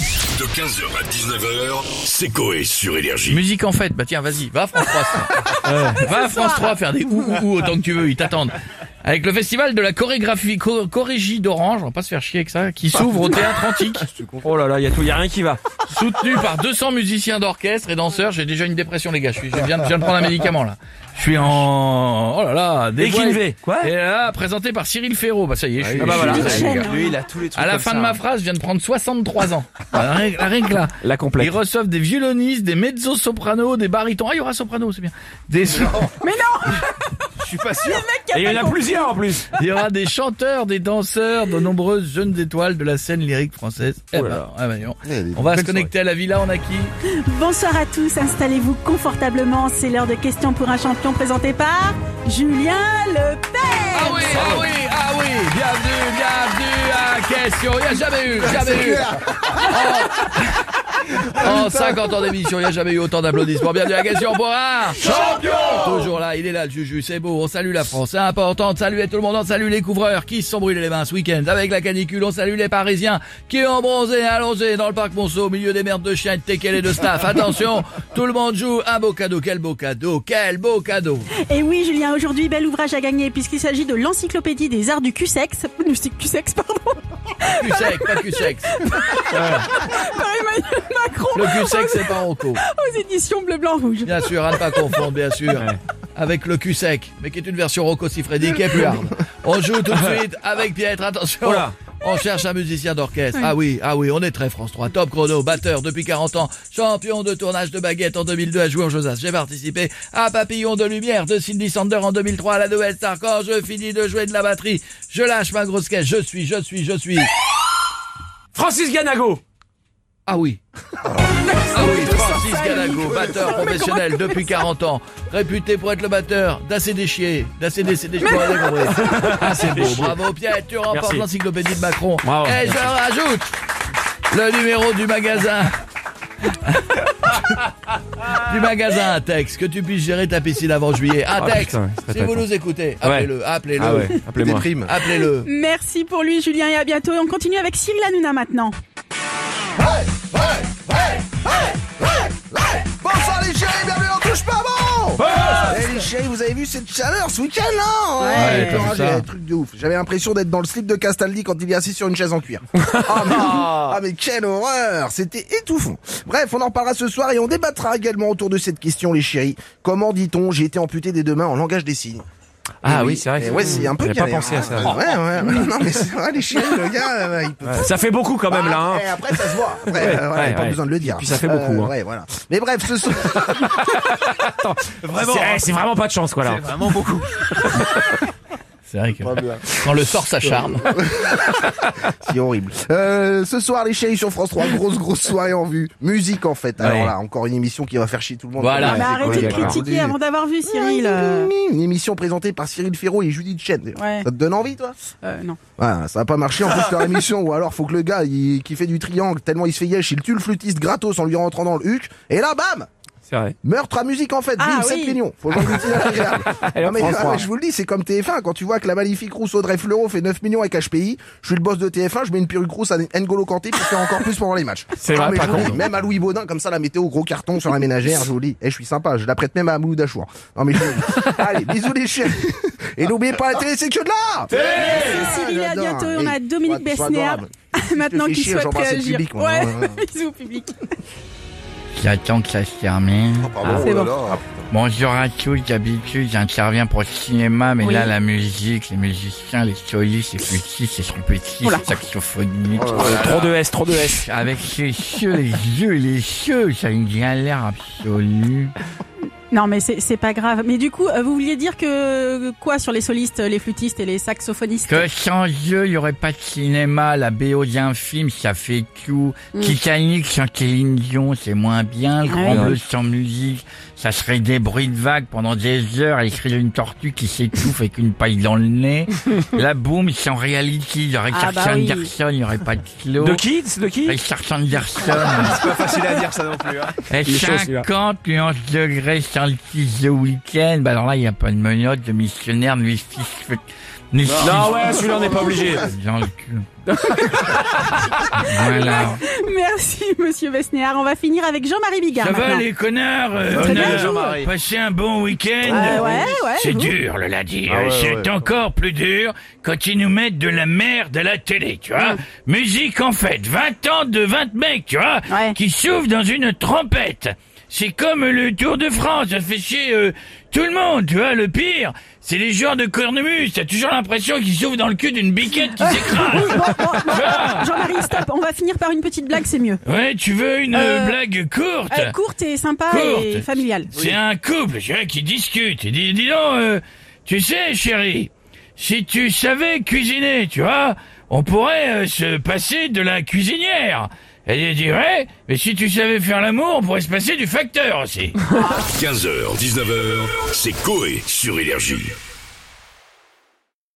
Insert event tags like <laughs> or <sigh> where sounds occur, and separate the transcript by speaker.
Speaker 1: De 15h à 19h, c'est Coé sur Énergie.
Speaker 2: Musique en fait, bah tiens, vas-y, va à France 3. ça. <laughs> Ouais. Va à France 3 faire des ou ou ou autant que tu veux, ils t'attendent. Avec le festival de la chorégraphie chor- chorégie d'Orange, on va pas se faire chier avec ça, qui s'ouvre au théâtre antique,
Speaker 3: Oh là là, il y a tout, il y a rien qui va.
Speaker 2: soutenu par 200 musiciens d'orchestre et danseurs. J'ai déjà une dépression les gars, je, suis, je viens, de- je viens de prendre un médicament là. Je suis en oh là là, des
Speaker 3: Déguiné. Quoi
Speaker 2: Et là, présenté par Cyril Ferraud. Bah ça y est, je suis,
Speaker 3: Ah bah
Speaker 2: je suis
Speaker 3: voilà.
Speaker 2: désolé, les gars.
Speaker 3: Lui, il a tous les trucs.
Speaker 2: À la
Speaker 3: comme
Speaker 2: fin
Speaker 3: ça.
Speaker 2: de ma phrase, je viens de prendre 63 ans. Bah, Rien rien que là.
Speaker 3: La complète.
Speaker 2: Ils reçoivent des violonistes, des mezzo-sopranos, des barytons. Ah, il y aura soprano, c'est bien. Des... <laughs>
Speaker 3: Et il y en a plusieurs en plus.
Speaker 2: il y aura des chanteurs, des danseurs, de nombreuses jeunes étoiles de la scène lyrique française. Eh
Speaker 3: Oh
Speaker 2: ben,
Speaker 3: là là.
Speaker 2: ah ben, non. on va se connecter à la villa, on a qui
Speaker 4: Bonsoir à tous, installez-vous confortablement, c'est l'heure de questions pour un champion présenté par Julien Lepers.
Speaker 2: Ah oui, ah oui, ah oui Bienvenue, bienvenue à Question. Il n'y a jamais eu, jamais eu. <laughs> En 50 ans d'émission, il n'y a jamais eu autant d'applaudissements. Bienvenue à Question pour un champion Toujours là, il est là le Juju, c'est beau, on salue la France, c'est important de saluer tout le monde, on salue les couvreurs qui se sont brûlés les mains ce week-end avec la canicule, on salue les Parisiens qui ont bronzé allongés dans le parc Monceau au milieu des merdes de chiens, de teckel et de staff. Attention, tout le monde joue un beau cadeau, quel beau cadeau, quel beau cadeau
Speaker 4: Et oui, Julien, aujourd'hui, bel ouvrage à gagner puisqu'il s'agit de l'encyclopédie des arts du Q-sex, du Q-sex, pardon, <laughs>
Speaker 2: Cul sec, pas cul sec.
Speaker 4: par Emmanuel Macron
Speaker 2: Le cul sec, c'est pas Ronco.
Speaker 4: aux éditions Bleu Blanc Rouge.
Speaker 2: Bien sûr, à ne pas confondre, bien sûr. Avec le cul sec, mais qui est une version Rocco Siffredi qui est plus hard. On joue tout de suite avec Pietre, attention.
Speaker 3: Oh là.
Speaker 2: On cherche un musicien d'orchestre. Ah oui, ah oui, on est très France 3. Top chrono, batteur depuis 40 ans, champion de tournage de baguette en 2002 à jouer en Josas. J'ai participé à Papillon de Lumière de Cindy Sander en 2003 à la nouvelle star. Quand je finis de jouer de la batterie, je lâche ma grosse caisse. Je suis, je suis, je suis.
Speaker 3: Francis Ganago.
Speaker 2: Ah oui. Ah oui, Francis Galago, batteur professionnel depuis 40 ans, réputé pour être le batteur d'ACDC, d'ACDC, je pourrais pas compris. Ah c'est beau, bravo Pierre, tu remportes
Speaker 3: Merci.
Speaker 2: l'encyclopédie de Macron.
Speaker 3: Bravo.
Speaker 2: Et je rajoute le numéro du magasin. du magasin un texte que tu puisses gérer ta piscine avant juillet. Un
Speaker 3: Ah,
Speaker 2: texte.
Speaker 3: putain, c'est
Speaker 2: si
Speaker 3: pas
Speaker 2: vous
Speaker 3: con.
Speaker 2: nous écoutez,
Speaker 3: Ah ouais.
Speaker 2: appelez-le, appelez-le,
Speaker 3: Ah ouais, appelez-moi.
Speaker 2: appelez-le.
Speaker 4: Merci pour lui, Julien, et à bientôt. Et on continue avec Cyril Hanouna maintenant.
Speaker 5: Ah, Bonsoir les chéris, bienvenue dans Touche pas bon Eh, Les chéris, vous avez vu cette chaleur ce week-end là hein oh,
Speaker 2: Ouais, t'as vu
Speaker 5: j'ai
Speaker 2: ça.
Speaker 5: un truc de ouf. J'avais l'impression d'être dans le slip de Castaldi quand il est assis sur une chaise en
Speaker 3: <laughs>
Speaker 5: cuir. Ah mais, ah, mais quelle horreur C'était étouffant. Bref, on en reparlera ce soir et on débattra également autour de cette question les chéris. Comment dit-on j'ai été amputé des deux mains en langage des signes
Speaker 3: Ah oui, c'est vrai.
Speaker 5: Eh Ouais, c'est un peu
Speaker 3: J'avais pas
Speaker 5: galère,
Speaker 3: pensé à
Speaker 5: hein.
Speaker 3: ça.
Speaker 5: Ouais, ouais, ouais. Non mais c'est vrai les chéris, le gars, euh, il peut
Speaker 3: Ça fait beaucoup quand même là. hein.
Speaker 5: et après, ça se voit. Après,
Speaker 3: Ouais,
Speaker 5: euh, voilà,
Speaker 3: ouais,
Speaker 5: pas
Speaker 3: ouais.
Speaker 5: besoin de le dire. Euh,
Speaker 3: Puis ça fait beaucoup, hein.
Speaker 5: ouais, voilà. Mais bref, ce soir.
Speaker 3: C'est eh, c'est vraiment pas de chance quoi là.
Speaker 2: C'est vrai que quand le sort ça charme.
Speaker 5: C'est horrible. Euh, ce soir, les chéris sur France 3, grosse, grosse soirée en vue. Musique, en fait. Alors
Speaker 3: Ouais.
Speaker 5: là, encore une émission qui va faire chier tout le monde.
Speaker 2: Voilà. Ah,
Speaker 4: Ah, bah,
Speaker 5: c'est
Speaker 4: arrêtez de
Speaker 5: cool, d'accord.
Speaker 4: critiquer avant d'avoir vu, Cyril. euh,
Speaker 5: Une émission présentée par Cyril Ferraud et Judith Chen.
Speaker 4: Ouais.
Speaker 5: Ça te donne envie, toi
Speaker 4: euh, non.
Speaker 5: Voilà, ça va pas marcher en plus leur émission. Ou alors, faut que le gars il- qui fait du triangle, tellement il se fait yesh, il tue le flûtiste gratos en lui rentrant dans le huc. Et là, bam
Speaker 3: C'est vrai.
Speaker 5: Meurtre à musique en fait,
Speaker 4: Ah,
Speaker 5: bim, 7
Speaker 4: oui.
Speaker 5: millions. Faut
Speaker 3: <laughs>
Speaker 5: pas le dire, agréable.
Speaker 3: Elle est hein.
Speaker 5: Non, mais,
Speaker 3: en
Speaker 5: ah,
Speaker 3: France.
Speaker 5: mais je vous le dis, c'est comme TF1, quand tu vois que la magnifique rousse Audrey Fleurot fait 9 millions avec HPI, je suis le boss de TF1, je mets une perruque rousse à N'Golo Kanté pour faire encore plus pendant les matchs.
Speaker 3: <laughs> C'est
Speaker 5: Non,
Speaker 3: vrai,
Speaker 5: mais
Speaker 3: pas
Speaker 5: je vous le
Speaker 3: con.
Speaker 5: dis, Même à Louis Baudin, comme ça, la météo, gros carton sur la ménagère, je vous le dis. Et je suis sympa, je la prête même à Mouloud Achour. Non mais je vous le dis.
Speaker 3: <laughs>
Speaker 5: Allez, bisous les chiens. Et n'oubliez pas, la télé, c'est que de l'art
Speaker 4: Merci Cyril, à
Speaker 5: j'adore.
Speaker 4: bientôt. Et on a
Speaker 5: Et-
Speaker 4: Dominique
Speaker 5: Ouais, ils sont
Speaker 4: Besnéard
Speaker 5: adorables.
Speaker 4: maintenant
Speaker 5: fais
Speaker 4: qui
Speaker 5: chier,
Speaker 4: souhaite
Speaker 5: j'embrasse le
Speaker 4: réagir.
Speaker 5: public, moi.
Speaker 4: ouais,
Speaker 5: Ouais,
Speaker 4: <laughs>
Speaker 5: ouais.
Speaker 4: bisous public.
Speaker 2: J'attends que ça se termine.
Speaker 4: Ah, c'est bon.
Speaker 2: Bonjour à tous, d'habitude j'interviens pour le cinéma, mais
Speaker 4: Oui.
Speaker 2: là la musique, les musiciens, les solistes, les flûtistes, les trompettistes,
Speaker 4: Oula.
Speaker 2: les saxophonistes,
Speaker 3: Trop de S, trop de S.
Speaker 2: avec ces cieux, les yeux, les cieux, ça a une galère absolue.
Speaker 4: Non, mais c'est c'est pas grave. Mais du coup, euh, vous vouliez dire que quoi sur les solistes, les flûtistes et les saxophonistes <laughs>
Speaker 2: Que sans yeux, il y aurait pas de cinéma, la BO d'un film, ça fait tout.
Speaker 3: Mm.
Speaker 2: Titanic sans Céline Dion, c'est moins bien. Le Grand
Speaker 4: Ouais.
Speaker 2: Bleu sans musique, ça serait des bruits de vagues pendant des heures, écrire une tortue qui s'étouffe avec une paille dans le
Speaker 3: <laughs>
Speaker 2: nez. la boum sans reality, il y aurait
Speaker 4: Ah,
Speaker 2: Richard
Speaker 4: bah oui.
Speaker 2: Anderson, il y aurait pas de slow.
Speaker 3: De qui C'est De qui Ah.
Speaker 2: Richard Anderson.
Speaker 3: <laughs> Pas facile à dire ça non plus.
Speaker 2: Et
Speaker 3: Il est chaud, celui-là.
Speaker 2: 50 nuances degrés sans
Speaker 6: Saltis The Weekend. Bah alors là, il n'y a pas de menottes, de missionnaire, de justice.
Speaker 3: Bah. Non, ouais, celui-là, on n'est pas obligé.
Speaker 6: Dans le cul.
Speaker 4: <laughs>
Speaker 6: voilà.
Speaker 4: Merci, monsieur Besnéard. On va finir avec Jean-Marie Bigard.
Speaker 6: Ça va
Speaker 4: maintenant.
Speaker 6: les connards euh,
Speaker 4: Très
Speaker 6: on a
Speaker 4: bien,
Speaker 3: Jean-Marie.
Speaker 6: Passez un bon week-end.
Speaker 4: Ah ouais, ouais,
Speaker 6: C'est
Speaker 4: vous.
Speaker 6: dur le lundi.
Speaker 3: Ah
Speaker 6: euh,
Speaker 3: ouais,
Speaker 6: C'est
Speaker 3: ouais.
Speaker 6: encore plus dur quand ils nous mettent de la merde à la télé, tu
Speaker 4: Mm.
Speaker 6: vois. Musique en fait, 20 ans de 20 mecs, tu vois,
Speaker 4: Ouais.
Speaker 6: qui souffrent dans une trompette. C'est comme le Tour de France, ça fait chier euh, tout le monde, tu vois. Le pire, c'est les joueurs de cornemuse. T'as toujours l'impression qu'ils souffrent dans le cul d'une
Speaker 4: <laughs>
Speaker 6: biquette qui s'écrase.
Speaker 4: Bon, bon,
Speaker 6: <laughs>
Speaker 4: bon. Jean-Marie, stop. On va finir par une petite blague, c'est mieux.
Speaker 6: Ouais, tu veux une euh,
Speaker 4: Euh,
Speaker 6: blague courte
Speaker 4: Euh, courte et sympa et
Speaker 6: Courte.
Speaker 4: familiale.
Speaker 6: C'est un couple, je dirais, qui discute. Il dit, dis donc, euh, tu sais, chérie, si tu savais cuisiner, tu vois, on pourrait euh, se passer de la cuisinière. Elle dit, ouais, mais si tu savais faire l'amour, on pourrait se passer du facteur aussi.
Speaker 1: 15h, 19h, c'est Coé sur Énergie.